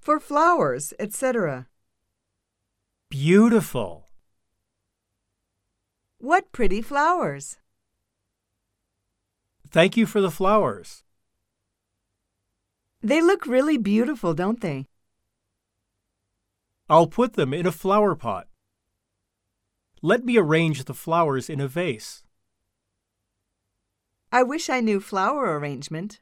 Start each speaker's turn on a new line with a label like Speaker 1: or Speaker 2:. Speaker 1: for flowers, etc.
Speaker 2: Beautiful.
Speaker 1: What pretty flowers!
Speaker 2: Thank you for the flowers.
Speaker 1: They look really beautiful, don't they?
Speaker 2: I'll put them in a flower pot. Let me arrange the flowers in a vase.
Speaker 1: I wish I knew flower arrangement.